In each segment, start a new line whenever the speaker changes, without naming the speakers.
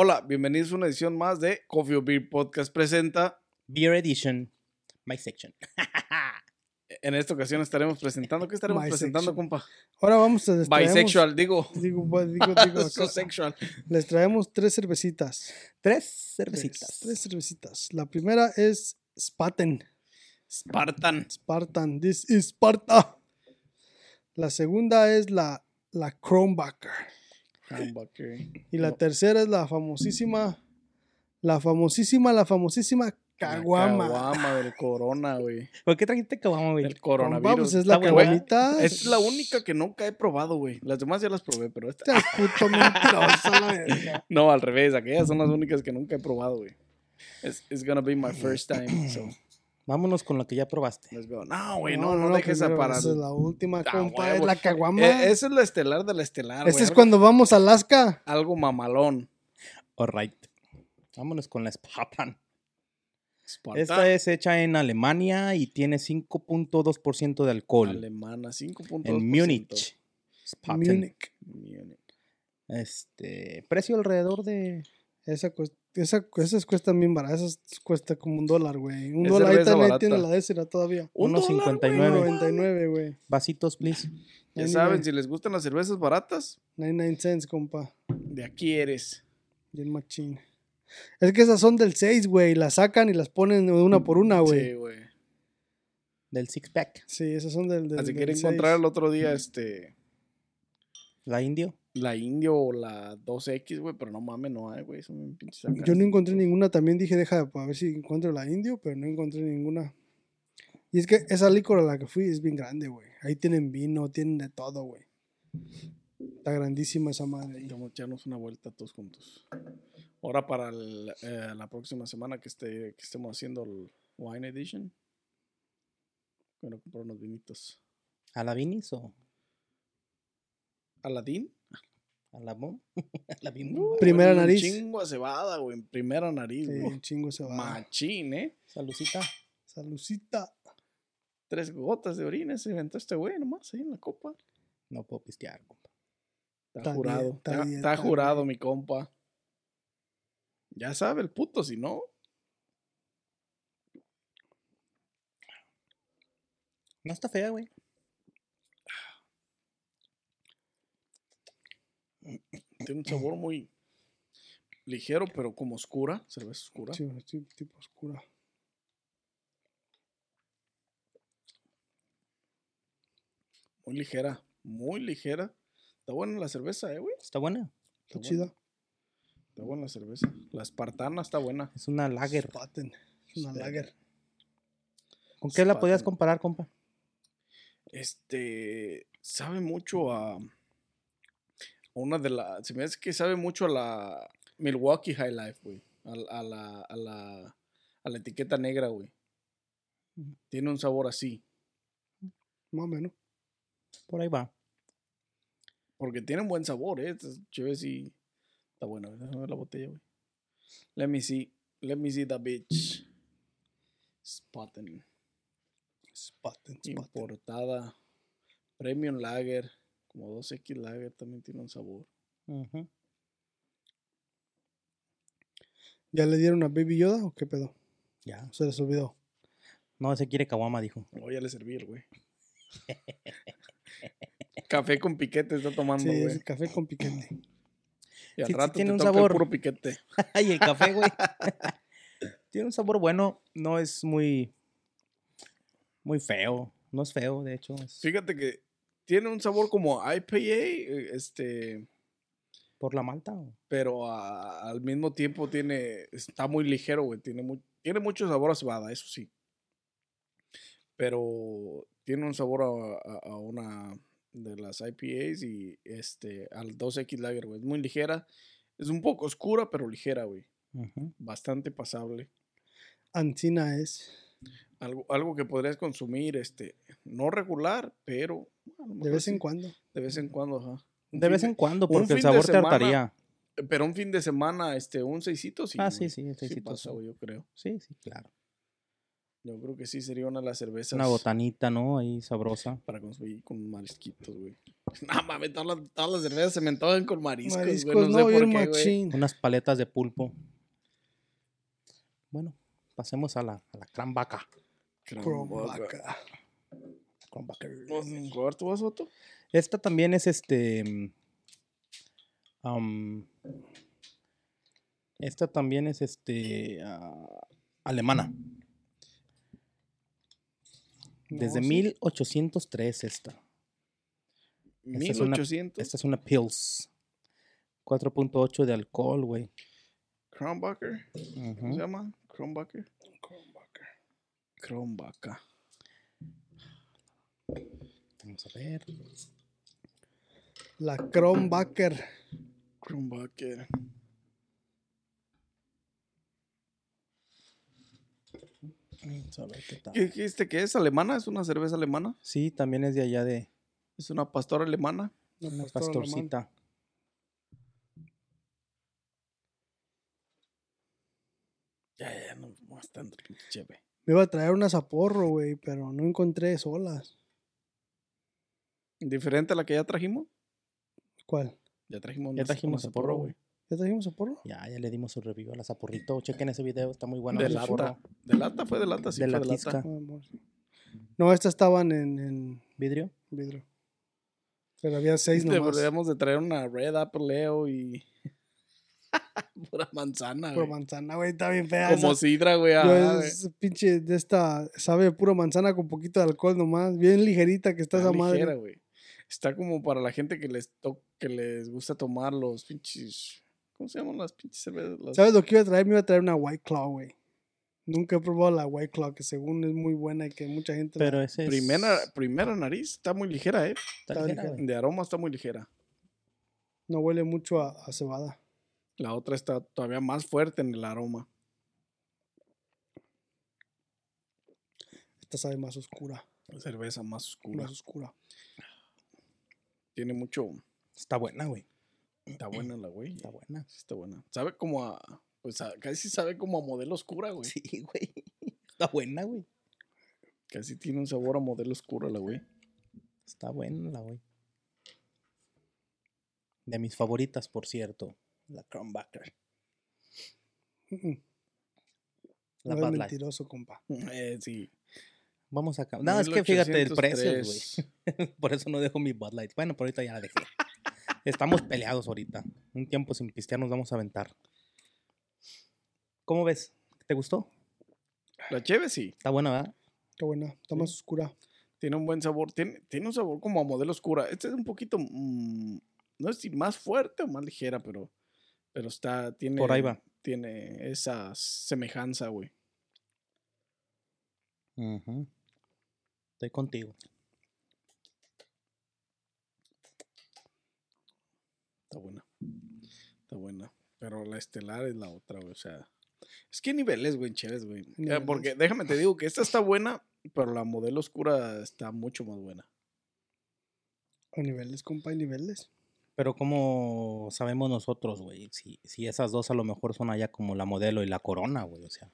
Hola, bienvenidos a una edición más de Coffee or Beer Podcast presenta.
Beer Edition, my section.
En esta ocasión estaremos presentando. ¿Qué estaremos
Bisection.
presentando, compa?
Ahora vamos a les traemos-
Bisexual, digo.
Digo, bi- digo, digo, acá.
So sexual.
les traemos tres cervecitas.
Tres
Tres-
cervecitas.
Tres cervecitas. La primera es Spaten.
Spartan.
Spartan. This is Sparta. La segunda es la, la Kronbacher. Y la tercera es la famosísima. La famosísima, la famosísima
La
Caguama.
Caguama del corona, güey.
¿Por qué trajiste caguama, güey?
El
Caguama,
coronavirus.
pues, es la
Está buena.
caguamita.
Es la única que nunca he probado, güey. Las demás ya las probé, pero esta.
Estás puto mentiroso, la verga.
No, al revés. Aquellas son las únicas que nunca he probado, güey. It's, it's gonna be my first time, so
Vámonos con lo que ya probaste.
let's go. No, güey, no, no, dejes esa
primero,
para.
Esa es la última,
Ah,
compa.
huevo.
Es la caguama.
Eh, esa es la estelar de la estelar, güey.
Este es
Algo-
cuando vamos a Alaska.
Algo mamalón.
Alright. Vámonos con la Spartan.
Spartan.
Esta es hecha en Alemania y tiene 5.2% de alcohol.
Alemana, 5.2%.
en Múnich. Spaten.
Munich.
Múnich.
Este, precio alrededor de...
Esa cuesta, esa, esas cuestan bien baratas. Esas cuesta como un dólar, güey. Un
Es
dólar. Ahí
cerveza
también
barata.
tiene la décima todavía.
Un dólar,
1.59.
99, güey.
Vasitos, please.
Ya
Anyway.
saben, si les gustan las cervezas baratas,
99 cents, compa.
de aquí eres.
Bien machín. Es que esas son del 6, güey. Las sacan y las ponen de una por
Ah,
una,
Sí,
güey.
güey.
Del six pack.
Sí. esas son del, del
Así
del
quieren
seis.
encontrar el otro día este
La indio.
la Indio o la 2X, güey, pero no mames, no hay, güey, son bien pinches acá.
Yo no encontré ninguna. También dije, deja pues, a ver si encuentro la indio, pero no encontré ninguna. Y es que esa licor a la que fui es bien grande, güey. Ahí tienen vino, tienen de todo, güey. Está grandísima esa madre. ahí.
Vamos a echarnos una vuelta todos juntos. Ahora para el, eh, la próxima semana que, esté, que estemos haciendo el Wine Edition. Bueno, comprar unos vinitos.
¿A la Vinis o
¿Aladín?
a la Bom? ¿A la Bim
Uh,
Bom?
Primera
huele un
nariz.
Chingo a cebada, güey. Primera nariz,
Sí,
güey.
un chingo se va.
Machín, ¿eh?
Salucita.
Salucita.
Tres gotas de orina se inventó este güey nomás ahí en la copa.
No puedo pistear, compa.
Está
Está
jurado.
bien, está
está,
bien,
está
está
jurado, mi compa. Ya sabe el puto, si no.
No está fea, güey.
Tiene un sabor muy ligero, pero como oscura. Cerveza oscura.
Sí, sí, tipo oscura.
Muy ligera. Muy ligera. Está buena la cerveza, eh, güey.
Está buena.
Está
buena.
chida.
Está buena la cerveza. La espartana está buena.
Es una lager.
Spaten. Es una
Spaten.
lager.
¿Con qué la podías
Spaten.
comparar, compa?
Este. Sabe mucho a. a Una de la. Se me hace que sabe mucho a la Milwaukee High Life, güey. A, la- a la, a, la, a la etiqueta negra, güey. Tiene un sabor así.
Más o menos.
Por ahí va.
Porque tiene un buen sabor, ¿eh? Estas chéves sí. Está bueno. eh, Déjame ver la botella, güey. Let me see. Let me see the bitch. Spaten.
Spaten, Spaten.
Importada. Premium Lager. Como 2X Lager también tiene un sabor.
Ujú.
¿Ya le dieron a Baby Yoda o qué pedo?
Ya.
Se les olvidó.
No, ese quiere Kawama, dijo.
No, ya le serví el güey. Café con piquete está tomando,
Sí,
güey.
es café con piquete.
y al
sí, sí
rato
tiene
te
un
toca el
sabor.
puro piquete.
Ay, el café, güey. Tiene un sabor bueno. No es muy. Muy feo. No es feo, de hecho. es
Fíjate que tiene un sabor como IPA, eh, este,
por la malta. o-
pero a- al mismo tiempo tiene, está muy ligero, güey. Tiene, mu- tiene mucho sabor a cebada, eso sí. Pero tiene un sabor a, a- a una de las IPAs y este, al 2X Lager, güey. Es muy ligera. Es un poco oscura, pero ligera, güey.
Ujú.
Bastante pasable.
Antina es.
Algo, algo que podrías consumir, este, no regular, pero a lo
De
mejor
vez en
sí,
cuando.
de vez en cuando, ajá. Un
De
fin
vez en cuando,
un
porque
fin
el
de
sabor te
semana.
hartaría.
Pero un fin de semana, este, un seisito, sí.
Ah, sí,
güey.
sí, un seisito,
pasa,
sí.
güey, yo creo.
Sí, sí, claro.
Yo creo que sí sería una de las cervezas.
Una botanita, ¿no? Ahí sabrosa.
Para consumir con marisquitos, güey. No mames, todas las, todas las cervezas se me antojan con mariscos, güey.
Mariscos,
No,
no,
sé por
bien
qué, güey.
machín.
Unas paletas de pulpo. Bueno, pasemos a la, a la gran vaca.
Crombaca.
Cromaca.
Gran vaca.
¿Vas a jugar tú vas, Otto?
Esta también es este. mm, am, esta también es este. ah, alemana. Desde
No, Oh, sí.
1803 esta. Esta es una-
1800.
Esta es una Pils. 4.8 de alcohol, güey.
Kronbacher. ¿Cómo se
Ujú.
llama? Kronbacher. Kronbacher. Kronbacher.
Vamos a ver.
La Kronbacher.
Kronbacher.
Vamos a ver qué tal.
¿Qué dijiste que es? ¿Alemana? ¿Es una cerveza alemana?
Sí, también es de allá de
¿Es una pastora alemana?
La
una
pastora alemana.
pastorcita.
Ya, ya, no, no es tan chévere.
Me iba a traer unas a porro, güey, pero no encontré solas.
¿Diferente a la que ya trajimos?
¿Cuál?
Ya trajimos
Ya
unas-
trajimos
unas
a porro,
güey.
¿Ya trajimos a porro?
Ya, ya le dimos su review a la Zaporrito. Chequen ese video, está muy bueno.
de
el
lata.
forro.
¿De lata? ¿Fue de lata? Sí,
De
fue
latisca.
de lata.
Ah, amor. No, estas estaban en, en
¿Vidrio?
vidrio. Pero había seis
Este,
nomás.
Deberíamos de traer una Red Apple Leo y... Pura manzana,
Puro
güey.
manzana, güey, está bien fea.
Como
esa.
sidra, güey.
Yo
ajá, güey.
es pinche de esta, sabe a puro manzana con poquito de alcohol nomás. Bien ligerita que está
Está
esa madre.
ligera, güey. Está como para la gente que les to- que les gusta tomar los pinches. ¿Cómo se llaman las pinches cervezas? Las-
¿Sabes lo que iba a traer? Me iba a traer una White Claw, güey. Nunca he probado la White Claw, que según es muy buena y que mucha gente... la-
Pero ese es...
Primera, primera nariz, está muy ligera, ¿eh?
está
está
ligera,
ligera.
güey.
De aroma está muy ligera.
no huele mucho a, a cebada.
La otra está todavía más fuerte en el aroma.
Esta sabe más oscura,
Cerveza más oscura.
más oscura.
Tiene mucho.
Está buena, güey.
Está buena la güey.
eh, Está buena.
Sí, Está buena. Sabe como a. Pues a- casi sabe como a modelo oscura, güey.
Sí, güey. Está buena, güey.
Casi tiene un sabor a modelo oscura la güey.
Está buena la güey. De mis favoritas, por cierto. La Crownbacker.
Mm, mm.
La
no
Bud
es
Light.
mentiroso, compa.
Eh, sí.
Vamos acá. No, es que fíjate el precio,
1803.
güey. Por eso no dejo mi Bud Light. Bueno, por ahorita ya la dejé. Estamos peleados ahorita. Un tiempo sin pistear nos vamos a aventar. ¿Cómo ves? ¿Te gustó?
La cheve sí.
Está buena, ¿verdad?
Está buena, está más oscura.
Tiene un buen sabor. Tiene, tiene un sabor como a modelo oscura. Este es un poquito. mm, no sé si más fuerte o más ligera, pero. Pero está. Tiene,
Por ahí va.
Tiene esa semejanza, güey.
Ujú. Estoy contigo.
Está buena. Está buena. Pero la estelar es la otra, güey. O sea. Es que hay niveles, güey, chéves, güey. Eh,
Niveles.
Porque déjame te digo que esta está buena, pero la modelo oscura está mucho más buena.
A niveles, compa, hay niveles.
Pero ¿cómo sabemos nosotros, güey? Si, si esas dos a lo mejor son allá como la modelo y la corona, güey. O sea,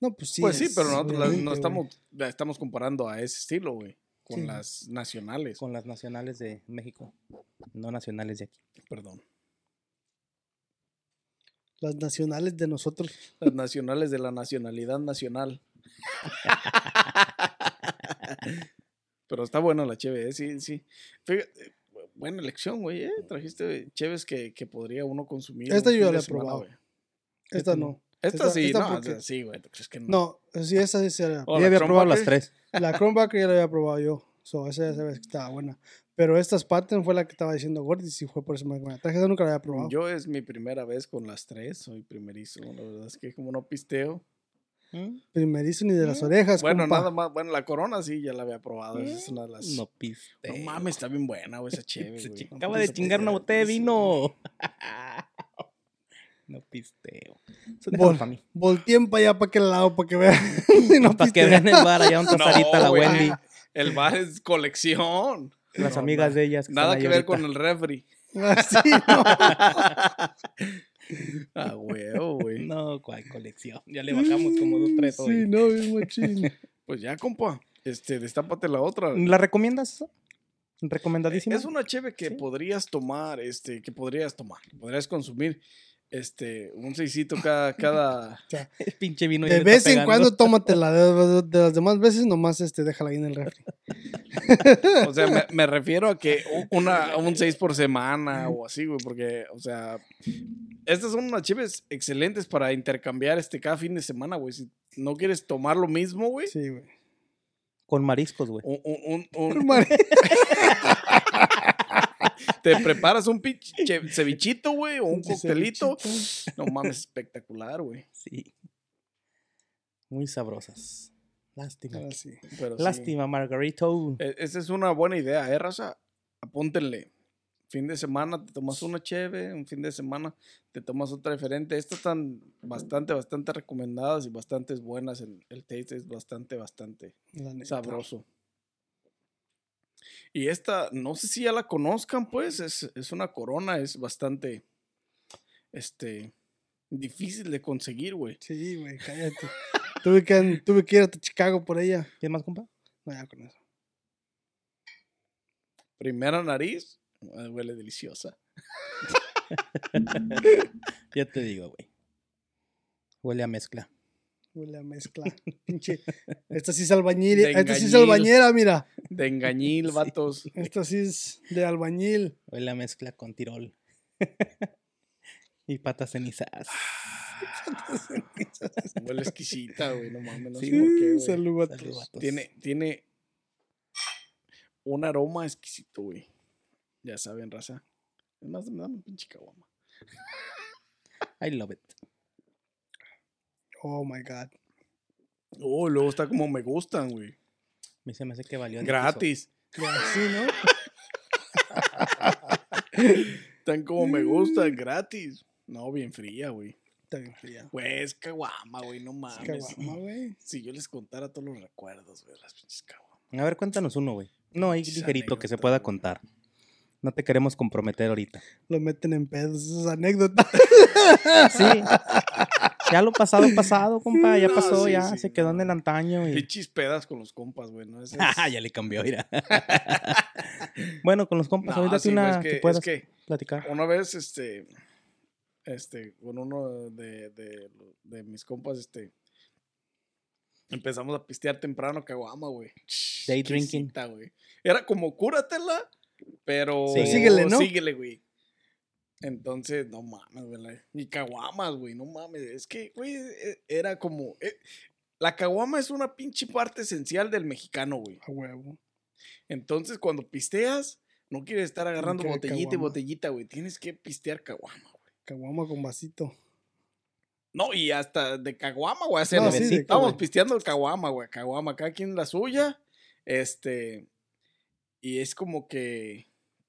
No, pues sí.
pues sí,
es-
pero nosotros la-
obviamente,
no
güey.
estamos, la estamos comparando a ese estilo, güey. Con
Sí.
las nacionales.
con las nacionales de México. No nacionales de aquí.
Perdón.
Las nacionales de nosotros.
Las nacionales de la nacionalidad nacional. Pero está buena la cheve, ¿eh? sí, sí. Fíjate, eh, buena elección, güey, ¿eh? Trajiste cheves que, que podría uno consumir.
Esta
un fin
yo ya
de
la he
semana,
probado.
güey.
Esta
Esta no.
no.
Esta,
Esta-
sí,
esta
no,
porque-
sí, güey, ¿tú crees que no?
No, sí, esa sí será.
Oh,
ya
la
había probado las
Krombacher.
tres.
La Kronbacher ya la había probado yo. So, esa ya sabes que estaba buena. Pero esta Spartan fue la que estaba diciendo Gordis y fue por eso me la traje. Esa nunca la había probado.
Yo es mi primera vez con las tres, soy primerizo, la verdad es que como no pisteo.
¿Mm?
Primerizo ni de las orejas,
Mm. Bueno,
compa.
nada más, bueno, la corona sí, ya la había probado, esa es una de las...
Mm, No pues, eh,
No,
piste.
mames, está bien buena, güey, esa cheve,
Se
güey.
acaba de
Esa
chingar una
cheve,
botella de
sí.
vino. No pues, pisteo. Eso
Vol-
déjalo para mí.
Volteen para allá, para aquel lado, para que vean. si no
Para que
pistean.
vean el bar allá donde está Sarita, la
güey.
Wendy,
El bar es colección.
las
No,
amigas de ellas.
Nada que ver con el refri.
Así, no.
Ah, huevo, güey.
No, cuál colección. Ya le bajamos como dos, tres
Sí,
hoy.
no, bien machín.
Pues ya, compa. Este, destápate la otra.
¿La recomiendas? esa? Recomendadísima.
Eh, Es una cheve que
Sí.
podrías tomar, este, que podrías tomar, que podrías consumir, este, un seisito cada, cada,
El pinche vino ya
De
le está
vez en
pegando.
cuando tómatela. De, de las demás veces, nomás este, déjala ahí en el refri.
o sea, me, me refiero a que u- una, un seis por semana o así, güey, porque, o sea, estas son unas cheves excelentes para intercambiar, este, cada fin de semana, güey, si no quieres tomar lo mismo, güey,
Sí, güey.
Con mariscos, güey.
un- un- un- un-
Mar-
te preparas un pinche che- cevichito, güey, o un
Pinche
coctelito, no mames, espectacular, güey,
Sí. Muy sabrosas. Lástima.
Ahora sí.
pero sí.
Ah, Lástima, Margarito.
E- Esa es una buena idea, ¿eh, raza? Apúntenle. Fin de semana te tomas una cheve, un fin de semana te tomas otra diferente. Estas están bastante, bastante recomendadas y bastante buenas. El, el taste es bastante, bastante
La neta.
sabroso. Y esta, no sé si ya la conozcan, pues, es, es una corona, es bastante, este, difícil de conseguir, güey.
Sí, güey, cállate. tuve, que, tuve que ir hasta Chicago por ella.
¿Quién más, compa?
No, ya con eso.
Primera nariz, eh, huele deliciosa.
Ya te digo, güey. Huele a mezcla.
Huele a mezcla. Pinche. Esta sí es albañil.
De
Esta sí es
engañil.
albañera, mira.
De engañil,
Sí.
vatos.
Esta sí es de albañil.
Huele a mezcla con tirol. y patas cenizas.
Huele exquisita, güey, no mames. No
Sí,
sé por qué, güey.
Salud, vatos.
Salud, vatos.
Tiene, tiene un aroma exquisito, güey. Ya saben, raza. Es más, me dame un pinche caguama.
I love it.
Oh my God.
Oh, luego está como me gustan, güey.
Me se me hace que valió el
Gratis.
Ya, sí, ¿no?
Están como me gustan, gratis. No, bien fría, güey.
Está bien fría.
Güey, es caguama, güey, no
Es
mames.
caguama, güey.
Si yo les contara todos los recuerdos, güey, de las pinches caguamas.
piso. A ver, cuéntanos uno, güey. No, hay
Pinches
ligerito que se
anécdotas,
pueda
güey.
contar. No te queremos comprometer ahorita.
Lo meten en pedos. Esas anécdotas.
Sí. Ya lo pasado, pasado, compa. Ya
No,
pasó,
sí,
ya.
sí,
se quedó en el antaño. Y...
Pinches pedas con los compas, güey, ¿no? Ese
Ah,
es-
ya le cambió, mira. bueno, con los compas,
No,
ahorita
sí, güey,
una
es
que,
que- es
puedas
que
platicar.
Una vez, este, este, con uno de, de, de mis compas, este, empezamos a pistear temprano, caguama, güey.
Day
Exquisita,
drinking.
güey. Era como cúratela, pero
Sí.
Síguele, ¿no?
Síguele, güey. Entonces, no mames, güey. la- Ni caguamas, güey, no mames. Es que, güey, e- era como... eh, la caguama es una pinche parte esencial del mexicano, güey.
A huevo.
Entonces, cuando pisteas, no quieres estar agarrando
quiere
botellita y
caguama.
botellita, güey. Tienes que pistear caguama, güey.
Caguama con vasito.
No, y hasta de caguama, güey. hacer-
No,
sí, de
Estábamos
caguama.
pisteando el caguama, güey. Caguama, cada quien la suya. Este. Y es como que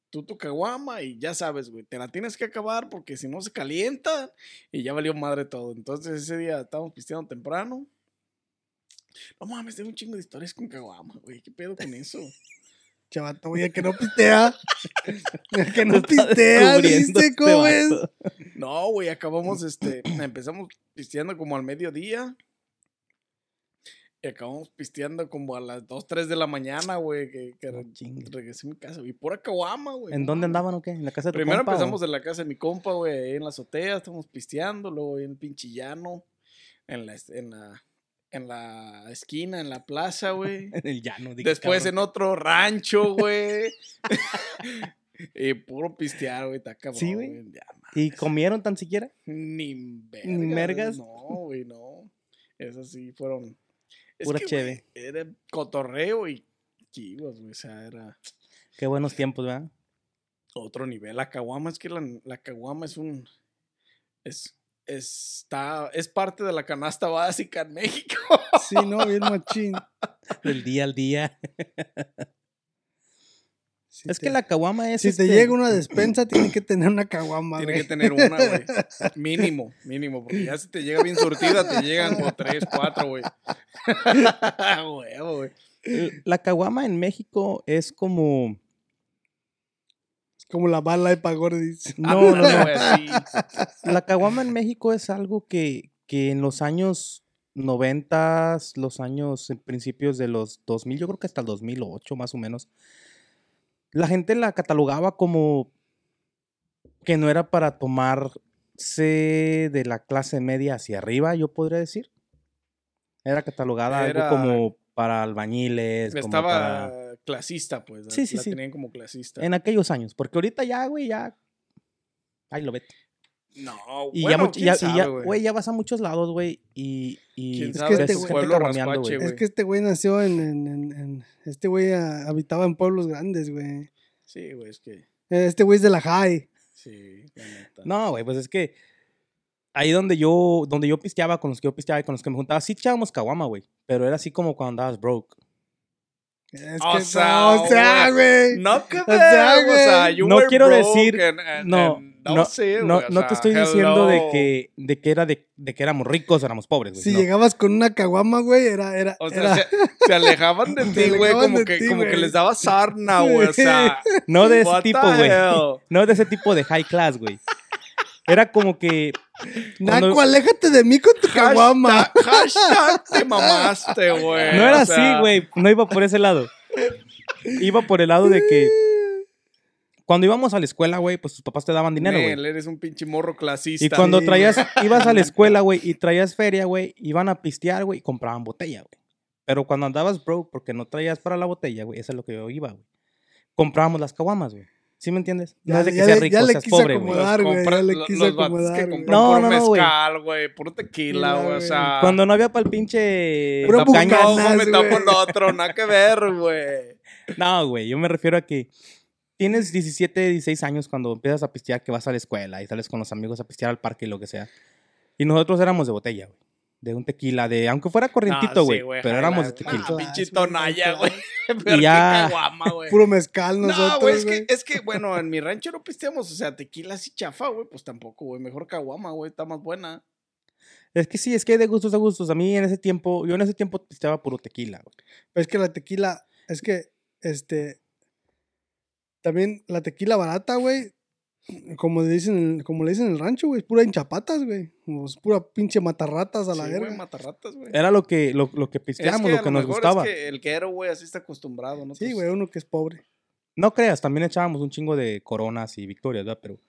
tú tu caguama y ya sabes, güey. Te la tienes que acabar porque si no se calienta y ya valió madre todo. Entonces, ese día estábamos pisteando temprano. No mames, tengo un chingo de historias con caguama, güey. ¿Qué pedo con eso?
Chavato, güey, el que no pistea. El que no pistea,
Descubriendo
¿viste
este
cómo es?
vato.
No, güey, acabamos, este, empezamos pisteando como al mediodía. Y acabamos pisteando como a las 2, 3 de la mañana, güey, que, que
No
re-
chingues.
regresé a mi casa. Y pura caguama, güey.
¿En
no
dónde
mames.
andaban o qué? ¿En la casa de tu
Pues Primero
compa, o?
empezamos en la casa de mi compa, güey, ahí en la azotea, estamos pisteando, luego ahí en el pinchillano, en la, es- en la, en la esquina, en la plaza, güey.
En el llano. dije,
Después
cabrón.
en otro rancho, güey. y puro pistear, güey, está cabrón,
Sí, güey.
ya
¿Y comieron tan siquiera?
Ni vergas.
mergas?
No, güey, no. Esas sí fueron. Es
Pura
que, güey,
cheve.
Era cotorreo y chivas, güey. O sea, era
Qué buenos tiempos, ¿verdad?
otro nivel. La caguama es que la, la caguama es un. Es, está, es parte de la canasta básica en México.
Sí, no, bien machín.
Del día al día.
Si
es
te-
que la caguama es.
Si te
este,
llega una despensa, tiene que tener una caguama,
Tiene que
güey.
tener una, güey. Mínimo, mínimo. Porque ya si te llega bien surtida, te llegan como tres, cuatro, güey. Huevo, güey.
La caguama en México es como.
Es como la bala de Pagordis.
No, no,
Ándale,
no.
Ah, pues, güey, así.
La caguama en México es algo que, que en los años 90, los años en principios de los 2000, yo creo que hasta el 2008 más o menos, la gente la catalogaba como que no era para tomarse de la clase media hacia arriba, yo podría decir. Era catalogada
Era-
algo como para albañiles, como
Estaba
para-
clasista, pues.
Sí, sí,
la
sí.
tenían como clasista.
En aquellos años, porque ahorita ya, güey, ya... Ay, lo vete.
No,
Y
bueno,
ya, much-
quién
ya- y
sabe,
ya-
güey.
güey, ya vas a muchos lados, güey, y, y
¿Quién
ves
sabe? Este
gente
pueblo
caguameando,
raspache,
Es
güey.
que este güey nació en. en- en- en- este güey ah, habitaba en pueblos grandes, güey.
Sí, güey, es que.
Eh, Este güey es de la high.
Sí, la neta.
No, güey, pues es que ahí donde yo, donde yo pisteaba, con los que yo pisteaba y con los que me juntaba, sí echábamos caguama, güey, pero era así como cuando andabas broke.
Es
O
que,
sea,
no, o sea, güey.
No, que
O sea,
ver, o sea,
güey,
you
no
were
quiero
broke
decir-
and- and-
No,
and-
no,
sé,
no,
güey, o
no
sea,
te estoy diciendo de
hello.
que, de que era de, de que éramos ricos, éramos pobres, güey.
Si
no.
llegabas con una caguama, güey, era. era,
O sea,
era-
se, se alejaban de ti, güey,
alejaban
como,
de
que,
ti,
como que
güey.
les daba sarna, güey, o sea.
No de ese
what
tipo,
the
güey.
hell?
No de ese tipo de high class, güey. Era como que cuando-
Naco, aléjate de mí con tu caguama.
Hashtag, hashtag te mamaste, güey.
No era
o sea,
así, güey. No iba por ese lado. Iba por el lado de que. Cuando íbamos a la escuela, güey, pues tus papás te daban dinero,
Nel,
güey.
eres un pinche morro clasista.
Y cuando
Sí,
traías, ibas a la escuela, güey, y traías feria, güey, iban a pistear, güey, y compraban botella, güey. Pero cuando andabas broke, porque no traías para la botella, güey, eso es lo que yo iba, güey. Comprábamos las caguamas, güey. ¿Sí me entiendes? No
Ya-
es de que
ya
seas
le-
rico,
ya le
seas
quise
pobre, güey.
acomodar. Dar, güey,
Compra-
ya le
lo-
quise
los vatos
acomodar,
que
güey.
compran
No,
puro
no, no, güey.
mezcal, güey, puro tequila,
Ya,
güey, o
güey.
sea.
Cuando no había para el pinche.
Puro
Tampoco
cañas.
bucanas,
me tapo
güey.
el otro, nada que ver, güey.
No, güey, yo me refiero a que tienes 17, 16 años cuando empiezas a pistear, que vas a la escuela y sales con los amigos a pistear al parque y lo que sea. Y nosotros éramos de botella, güey. De un tequila, de. Aunque fuera
Ah,
corrientito,
sí,
güey. pero éramos de
highlight, güey.
tequila.
Ah, pinche
Es un
tonalla, güey.
montón.
Pero qué
ya.
caguama, güey.
Puro mezcal
No,
nosotros,
güey,
güey.
es que, es que, bueno, en mi rancho no pisteamos, o sea, tequila así chafa, güey, pues tampoco, güey. Mejor caguama, güey, está más buena.
Es que sí, es que de gustos a gustos. A mí en ese tiempo, yo en ese tiempo pisteaba puro tequila, güey.
Es que la tequila, es que, este, también la tequila barata, güey, como le dicen, en el- como le dicen en el rancho, güey, es pura hinchapatas, güey, o es pura pinche matarratas a la
sí,
verga.
güey, matarratas, güey.
Era lo que, lo, lo que
Es
pisteábamos,
que
lo
a
que nos
mejor
gustaba.
Es que el que era, güey, así está acostumbrado, ¿no? Pues,
sí, güey, uno que es pobre.
No creas, también echábamos un chingo de coronas y victorias, ¿verdad? Pero,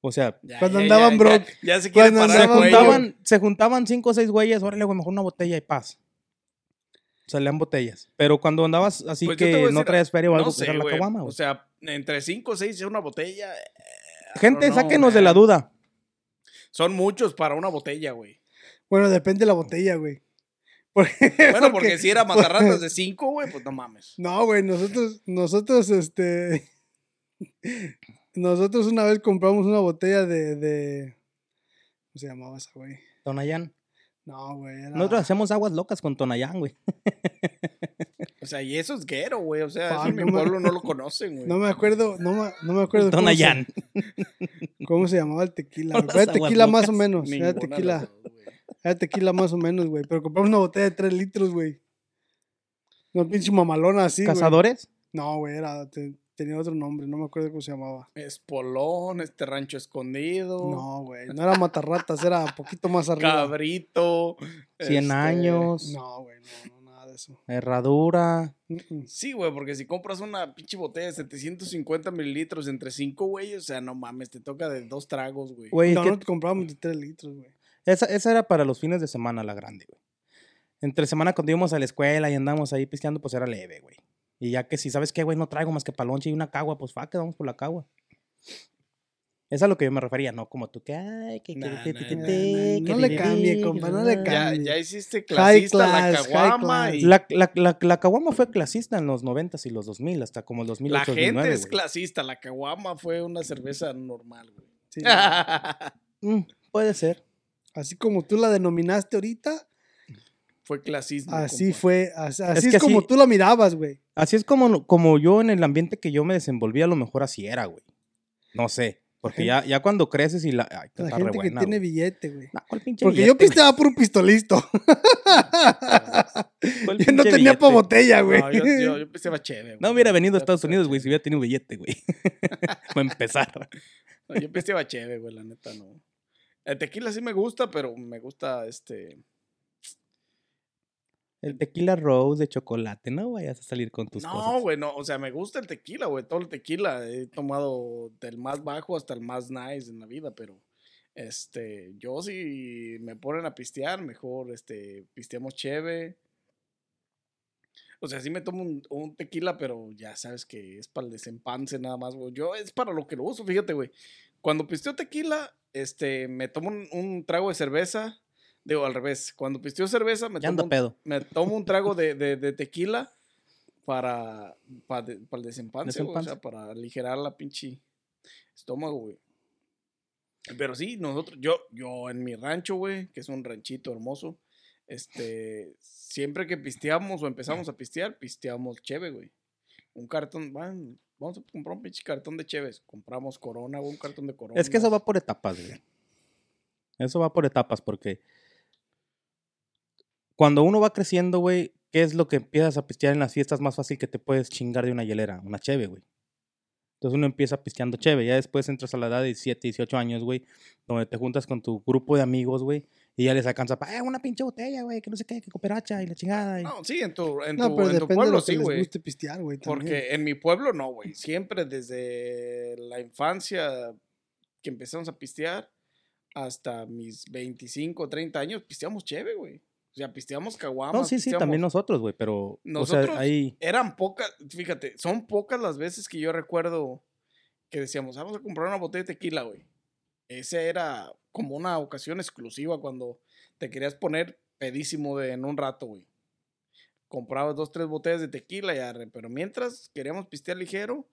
o sea,
Ya,
Cuando andaban broke.
Ya, se quiere
Cuando
parar,
se
andaban
güey.
broke.
juntaban, se juntaban cinco o seis güeyes, órale, güey, mejor una botella y paz. Salían botellas. Pero cuando andabas así
Pues yo te voy a
que
decir,
no traías feria o algo,
No
pues
sé,
era la
güey.
caguama,
O
güey.
sea, entre 5 o 6 es una botella. eh, I
Gente,
don't know,
sáquenos de la
man.
duda.
Son muchos para una botella, güey.
Bueno, depende de la botella, güey. Porque-
Bueno, porque, si era matarratas de 5, güey, pues no mames.
No, güey, nosotros, nosotros, este, nosotros una vez compramos una botella de, de, ¿cómo se llamaba esa, güey?
Tonayán.
No, güey, era...
Nosotros hacemos aguas locas con Tonayán, güey.
O sea, y eso es guero, güey. O sea, eso
Fuck,
en mi
no me-
pueblo no lo conocen, güey.
No me acuerdo, no me, no me acuerdo. cómo se-
Tonayán.
¿Cómo se llamaba el tequila?
Con
güey? Era
las aguas
tequila más o
locas.
menos.
Ninguna
Era
de las
tequila,
dos, güey.
era tequila más o menos, güey. Pero compramos una botella de 3 litros, güey. Una pinche mamalona así, güey.
¿Cazadores?
No, güey, era, te- tenía otro nombre, no me acuerdo cómo se llamaba.
Espolón, este rancho escondido.
No, güey, no era matarratas, era poquito más arriba.
Cabrito.
100
este,
años.
No, güey, no, no, nada de eso.
Herradura.
Mm-mm.
Sí, güey, porque si compras una pinche botella de 750 mililitros entre 5, güey, o sea, no mames, te toca de dos tragos, güey.
Güey, es
No,
que
no te comprábamos de 3 litros, güey.
esa, esa era para los fines de semana la grande, güey. Entre semana cuando íbamos a la escuela y andábamos ahí pisteando, pues era leve, güey. Y ya que si sabes qué, güey, no traigo más que palonche y una cagua, pues fa, que vamos por la cagua. Esa es a lo que yo me refería, no como tú que ay, que
Nah,
que-
nah,
que- que-
nah,
que-
nah,
que-
Eh, no le
que-
cambie,
que-
compa, no
que- que-
le cambie.
Ya,
Grande.
ya hiciste clasista
class,
la
high
caguama
class.
y la,
La, la, la, la caguama fue clasista en los 90s y los 2000, hasta como el 2008,
gente
2009,
es
güey.
clasista. La caguama fue una cerveza normal, güey.
Sí, güey.
Nah,
Mm, puede ser.
Así como tú la denominaste ahorita,
Fue clasismo.
Así
compa.
fue, así, así es,
que
como
así-
tú lo mirabas, güey.
Así es como, como yo en el ambiente que yo me desenvolví, a lo mejor así era, güey. No sé. Porque ya, ya cuando creces y la. Ay,
La
está
gente
re buena,
que tiene
güey.
billete, güey.
Nah, ¿cuál pinche
Porque yo ah,
billete,
pisteaba por un pistolisto.
güey? ¿Cuál
yo no
pinche
tenía pa'
billete?
botella, güey.
No, yo, yo, yo pensaba chévere.
No
güey.
hubiera venido a
Yo
Estados
pisteaba
Unidos, güey, si hubiera tenido billete, güey. Para empezar.
No, yo pisteaba chévere, güey, la neta, no. El tequila sí me gusta, pero me gusta este.
El tequila rose de chocolate, no vayas a salir con tus
no,
cosas.
güey, no. O sea, me gusta el tequila, güey. Todo el tequila. He tomado del más bajo hasta el más nice en la vida, pero. Este, yo si me ponen a pistear, mejor, este, pisteamos chévere. O sea, sí me tomo un, un tequila, pero ya sabes que es para el desempance nada más, güey. Yo es para lo que lo uso, fíjate, güey. Cuando pisteo tequila, este, me tomo un, un trago de cerveza. Digo, al revés. Cuando pisteo cerveza, me
Ya
tomo
ando
un
pedo.
me tomo un trago de, de- de tequila para, para, de- para el desempance, güey, o sea,
Desempance.
para aligerar la pinche estómago, güey. Pero sí, nosotros, yo, yo en mi rancho, güey, que es un ranchito hermoso, este, siempre que pisteamos o empezamos a pistear, pisteamos cheve, güey. Un cartón, van, vamos a comprar un pinche cartón de cheves. Compramos corona, güey, un cartón de corona.
Es que eso va por etapas, güey. Eso va por etapas, porque cuando uno va creciendo, güey, ¿qué es lo que empiezas a pistear en las fiestas más fácil que te puedes chingar de una hielera? Una cheve, güey. Entonces uno empieza pisteando cheve, ya después entras a la edad de 17, 18 años, güey, donde te juntas con tu grupo de amigos, güey, y ya les alcanza para, eh, una pinche botella, güey, que no sé qué, que cooperacha y la chingada. y-".
No, sí, en tu, en
No,
tu- en
pero
tu
depende de
pueblo
lo que
sí,
les
güey.
guste pistear, güey. también.
Porque en mi pueblo no, güey. Siempre desde la infancia que empezamos a pistear hasta mis 25, 30 años, pisteamos chévere, güey. O sea, pisteamos caguamas.
No, sí, sí,
pisteamos-
también nosotros, güey, pero, o
Nosotros-
sea, ahí...
Eran pocas, fíjate, son pocas las veces que yo recuerdo que decíamos, vamos a comprar una botella de tequila, güey. Esa era como una ocasión exclusiva cuando te querías poner pedísimo de, en un rato, güey. Comprabas dos, tres botellas de tequila y arre, pero mientras queríamos pistear ligero,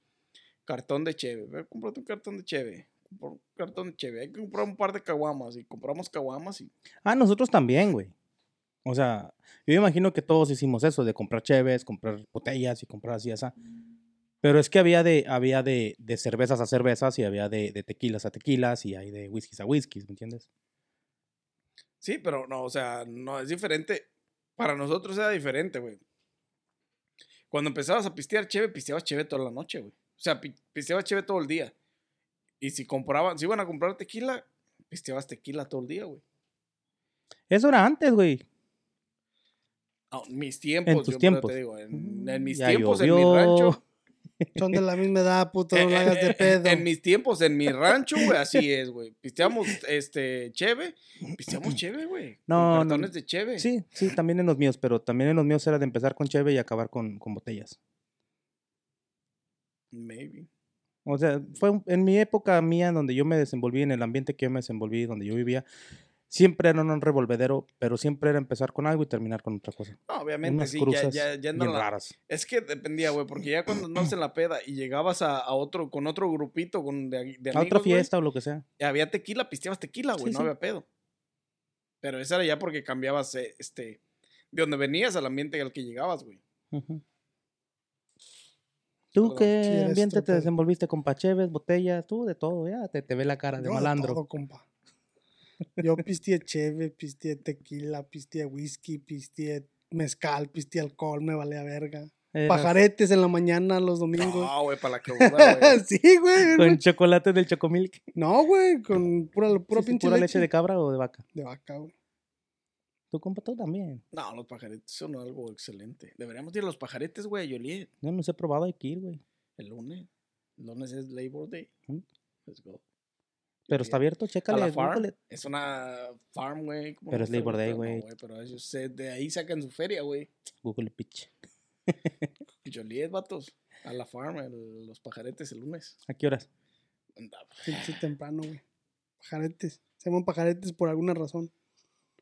cartón de cheve. Ve, cómprate un cartón de cheve. compra Un cartón de cheve. Hay que comprar un par de caguamas y compramos caguamas y...
Ah, nosotros también, güey. O sea, yo imagino que todos hicimos eso, de comprar cheves, comprar botellas y comprar así, esa. Pero es que había de, había de, de cervezas a cervezas y había de, de tequilas a tequilas y hay de whiskies a whiskies, ¿me entiendes?
Sí, pero no, o sea, no, es diferente. Para nosotros era diferente, güey. Cuando empezabas a pistear cheve, pisteabas cheve toda la noche, güey. O sea, pi- pisteabas cheve todo el día. Y si compraban, si iban a comprar tequila, pisteabas tequila todo el día, güey.
Eso era antes, güey.
Ah, mis tiempos,
tus
yo por eso
tiempos. Mm,
te digo, en, Mm, en mis
Ya
tiempos, en mi
llovió.
rancho.
Son de la misma edad, puto, no
eh,
lo hagas de
eh,
pedo.
En mis tiempos, en mi rancho, güey, así es, güey. Pisteamos, este, cheve, pisteamos cheve, güey. con
No, no.
cartones de cheve.
Sí, sí, también en los míos, pero también en los míos era de empezar con cheve y acabar con, con botellas.
Maybe.
O sea, fue un- en mi época mía, en donde yo me desenvolví, en el ambiente que yo me desenvolví, donde yo vivía, siempre era un revolvedero, pero siempre era empezar con algo y terminar con otra cosa.
No, obviamente,
unas
sí, ya,
cruzas
ya, ya andan
bien
la-
raras.
Es que dependía, güey, porque ya cuando andabas en la peda y llegabas a, a otro, con otro grupito, con de, de amigos,
a otra
güey,
fiesta o lo que sea.
había tequila, pisteabas tequila, güey,
Sí,
no
sí.
había pedo. Pero esa era ya porque cambiabas, eh, este, de donde venías al ambiente al que llegabas, güey.
¿Tú
Perdón.
qué
Sí, eres
ambiente te
trompero.
desenvolviste con pacheves, botellas, tú de todo? Ya te, te ve la cara de
Yo
malandro.
todo, compa. Yo pisteé cheve, pisteé tequila, pisteé whisky, pisteé mezcal, pisteé alcohol, me valía verga.
Eras
Pajaretes en la mañana, los domingos.
No, güey, para la cruda, güey.
sí, güey.
Con chocolate del chocomilk.
No, güey, con pura, pura
Sí, sí,
pinche
pura
leche.
leche de cabra o de vaca.
de vaca, güey.
Tú compa tú también.
No, los pajaritos son algo excelente. Deberíamos ir a los pajaretes, güey, Yoliet,
Yo no los he probado hay que ir, güey.
el lunes. El lunes es Labor Day.
Mm.
Let's go.
Pero está
bien.
abierto,
¿A
chécale.
la farm?
Google.
Es una farm, güey. ¿cómo
Pero
no
es
está
Labor Day,
abierta? No,
güey.
Pero ellos se- de ahí sacan su feria, güey.
Google pitch.
Joliet, vatos. A la farm, el- los pajaretes el lunes.
¿A qué horas?
Anda,
Pinche temprano, güey. Pajaretes. Se llaman pajaretes por alguna razón.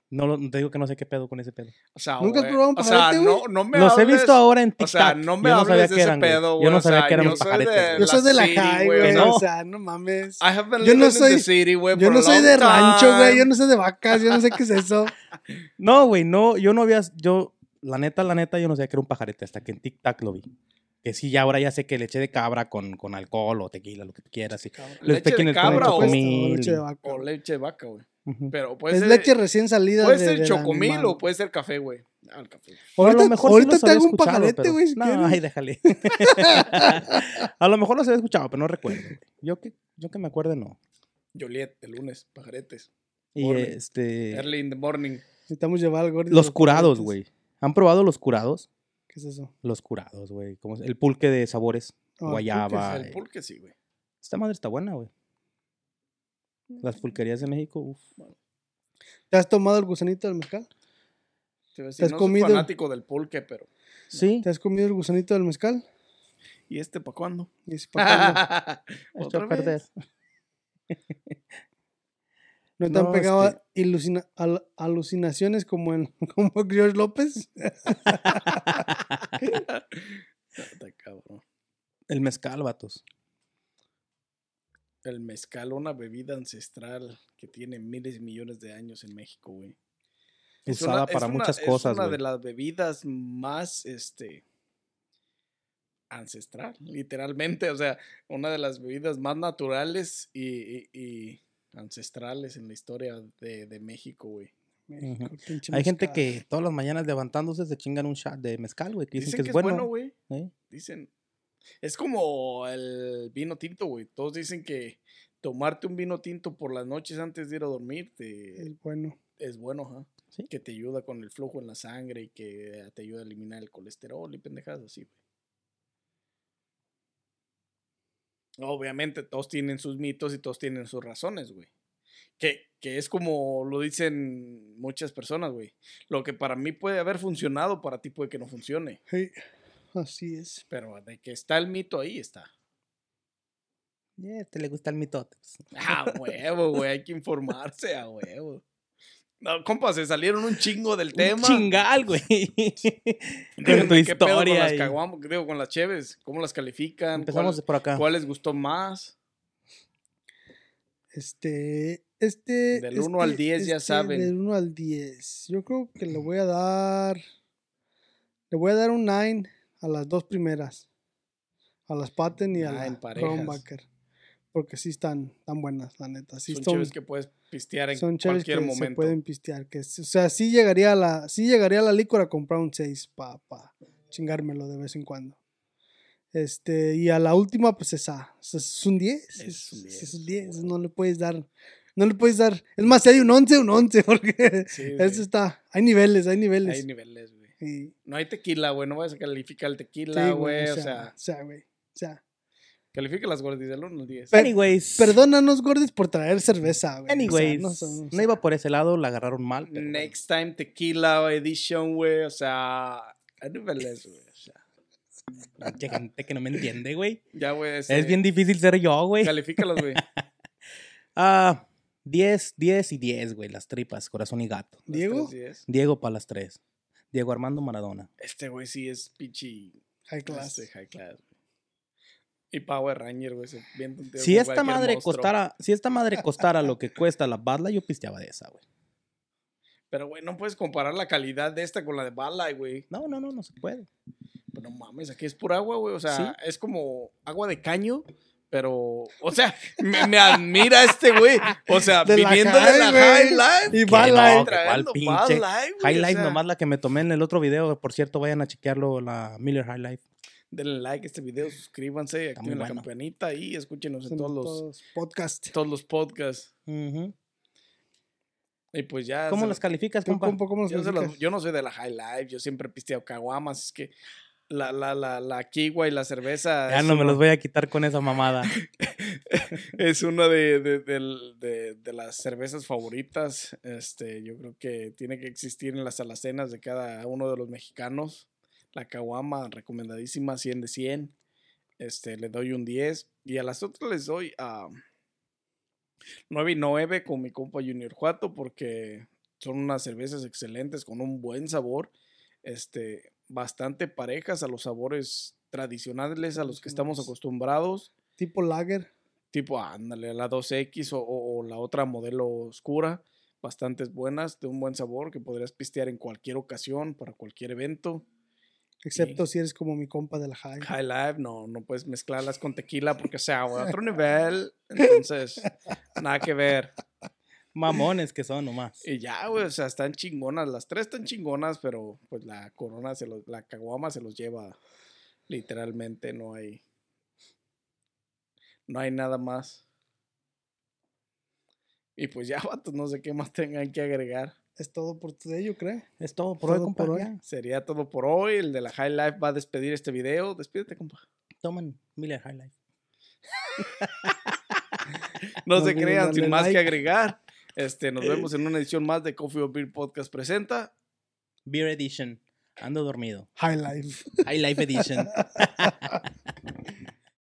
No, lo- te digo que no sé qué pedo con ese pedo.
O sea,
¿Nunca has
güey,
probado un
O sea,
pajarete,
no, no me
Los he
hables-
visto ahora en TikTok.
O sea, no me
yo no
hables
sabía
de
que
ese
eran, güey.
pedo, güey.
Yo no
o
sabía
sea,
que eran
yo soy
pajaretes,
de
güey.
Yo soy de la
city,
high,
güey, o
güey.
sea,
no.
O sea, no mames.
I have been
Yo
living
no
in the
soy-
city, güey,
Yo
for
no
a
soy
long
de rancho, güey.
time.
Yo no sé de vacas. Yo no sé qué es eso.
No, güey, no, yo no había, yo, la neta, la neta, yo no sabía que era un pajarete hasta que en TikTok lo vi. Que sí, ya ahora ya sé que leche de cabra con, con alcohol o tequila, lo que tú quieras. sí. Lo
Leche
espequen
de
el pan
cabra o,
chocomil.
Cuesta, leche de vaca.
o leche de vaca, güey.
Ujú.
Pero puede
Es
ser,
leche recién salida.
puede
de-
ser
del
chocomil
animal.
o puede ser café, güey. Ah, el café.
O a lo
Ahorita,
mejor sí
ahorita
los
te
había
hago un
escuchado,
pajarete,
pero-
güey, si
No,
quieres.
ay, déjale. a lo mejor los había escuchado, pero no recuerdo. güey. Yo que, yo que me acuerdo, no.
Joliet, el lunes, pajaretes.
Y
Órale.
este,
Early in the morning.
Necesitamos llevar al gordo. y
los
los
curados,
pajaretes.
güey. ¿Han probado los curados?
¿Qué es eso?
Los curados, güey. ¿Cómo es? El pulque de sabores.
Ah,
Guayaba.
El
eh.
pulque, sí, güey.
Esta madre está buena, güey. Las pulquerías de México, uf.
¿Te has tomado el gusanito del mezcal?
Te iba a decir,
¿Te has
no
comido?
soy fanático del pulque, pero.
Sí,
¿Te has comido el gusanito del mezcal?
¿Y este para cuándo?
Y es pa' cuando.
echó
Otra
a
vez.
perder.
¿No te han
No,
pegado
este-
ilusina- al- alucinaciones como en como George López?
Está cabrón.
El mezcal, vatos.
El mezcal, una bebida ancestral que tiene miles y millones de años en México, güey. Es una-
Usada
es
para
una-
muchas cosas,
Es una de
güey.
las bebidas más, este, ancestral, literalmente. O sea, una de las bebidas más naturales y, y- y ancestrales en la historia de, de México, güey.
México, pinche
Hay gente
mezcal.
que todas las mañanas levantándose se chingan un shot de mezcal, güey. que Dicen, que es, bueno.
güey.
¿eh?
Dicen, es como el vino tinto, güey. Todos dicen que tomarte un vino tinto por las noches antes de ir a dormir te,
Es bueno.
es bueno, ajá.
Sí.
Que te ayuda con el flujo en la sangre y que ah, te ayuda a eliminar el colesterol y pendejadas así, güey. Obviamente todos tienen sus mitos y todos tienen sus razones, güey. Que, que es como lo dicen muchas personas, güey. Lo que para mí puede haber funcionado, para ti puede que no funcione.
Hey, así es.
Pero de que está el mito ahí, está.
Yeah, te este le gusta el mitote. pues.
A Ah, huevo, güey, hay que informarse, a huevo. No, compa, se salieron un chingo del
Un
tema.
chingal, güey.
Díganme
Con tu
qué pedo con
historia.
las
y-
caguamas, digo, con las cheves, cómo las califican,
Empezamos
cuál,
por acá.
cuál les gustó más.
Este, este.
Del uno al
este-
10 ya
este,
saben.
Del 1 al 10. Yo creo que le voy a dar. Le voy a dar un 9 a las dos primeras. A las Patten y a
Ah, en
la
parejas.
Kronbacher. Porque sí están tan buenas, la neta. Sí
son
son,
cheves que puedes pistear en
son chaves que
cualquier
se
momento.
pueden pistear. Que, s- o sea, sí llegaría a la, sí llegaría a la licor a comprar un 6 para chingármelo de vez en cuando. Este, y a la última, pues esa, esa es un 10.
Es un
es-
10,
es un 10.
huevo.
No le puedes dar, no le puedes dar. Es más, si hay un 11, un 11, porque
Sí,
eso
güey,
está, hay niveles, hay niveles.
Hay niveles, güey.
Sí,
No hay tequila, güey, no vayas a calificar el
sí,
tequila, güey, o
o
sea,
sea, güey, o sea,
califica las gorditas del 1 al 10.
Pero-
Anyways.
perdónanos, gordes, por traer cerveza, güey. o sea,
Anyways.
no son-
no iba por ese lado, la agarraron mal. pero bueno.
Next time tequila edition, güey, o sea, hay niveles, güey, o sea.
Pinche gente que no me entiende, güey.
Ya, güey. este,
Es bien difícil ser yo, güey.
Califícalos, güey.
Ah, 10, 10 y 10, güey. Las tripas, corazón y gato.
Diego,
Las tres diez.
Diego para las 3. Diego Armando Maradona.
Este güey sí es pinche
high class.
este, high class, güey. Y Power Ranger, güey. se bien tonteado
Si
con
esta
cualquier
madre
monstruo.
costara, si esta madre costara lo que cuesta la Badla, yo pisteaba de esa, güey.
Pero, güey, no puedes comparar la calidad de esta con la de Bala, güey.
No, no, no, no se puede.
Pero no mames, aquí es pura agua, güey. O sea,
Sí.
es como agua de caño. Pero, o sea, me, me admira este güey. O sea,
De la
viviendo de la
high, güey.
High Life.
Y
Que
Bud
Eh, no,
Light.
que cuál
Trayendo Bud Light,
pinche.
güey,
High
o
Life
sea,
nomás la que me tomé en el otro video. Por cierto, vayan a chequearlo, la Miller High Life.
Denle like a este video, suscríbanse,
muy
activen la
bueno.
campanita y escúchenos pues, en
en
todos los,
todos podcast.
todos los podcasts.
Ujú.
Y pues ya.
¿Cómo
se-
las calificas,
Tú,
compa?
compa, ¿cómo los
yo, se los-
calificas?
yo no soy de la High Life, yo siempre he pisteado caguamas, es que la, la, la, la kiwa y la cerveza
Ya
es,
no me
una-
los voy a quitar con esa mamada.
es una de, de- del- de- de las cervezas favoritas. Este, yo creo que tiene que existir en las alacenas de cada uno de los mexicanos. La caguama, recomendadísima, 100 de 100. Este, le doy un 10. Y a las otras les ah, doy a 9 y 9 con mi compa Junior Juato porque Son unas cervezas excelentes con un buen sabor, este, bastante parejas a los sabores tradicionales a los que estamos
Tradicionales.
acostumbrados,
Tipo lager.
tipo, ándale, la 2X o, o- o la otra modelo oscura, bastantes buenas, de un buen sabor que podrías pistear en cualquier ocasión, para cualquier evento.
Excepto si eres como mi compa del high.
High Life, no, no puedes mezclarlas con tequila porque sea a otro nivel, entonces, nada que ver.
Mamones que son nomás.
Y ya, güey, o sea, están chingonas. Las tres están chingonas, pero pues la corona, se los, la caguama se los lleva. Literalmente no hay. No hay nada más. Y pues ya, vatos, no sé qué más tengan que agregar.
Es todo por today, yo creo.
Es todo por hoy,
Todo
compa.
por hoy.
ya.
Sería todo por hoy. El de la High Life va a despedir este video. Despídete, compa.
Toman Miller High Life.
No
No
se
olviden
crean,
darle
sin más que
like.
agregar. Este, nos vemos en una edición más de Coffee or Beer Podcast presenta.
Beer Edition. Ando dormido.
High life.
High Life Edition.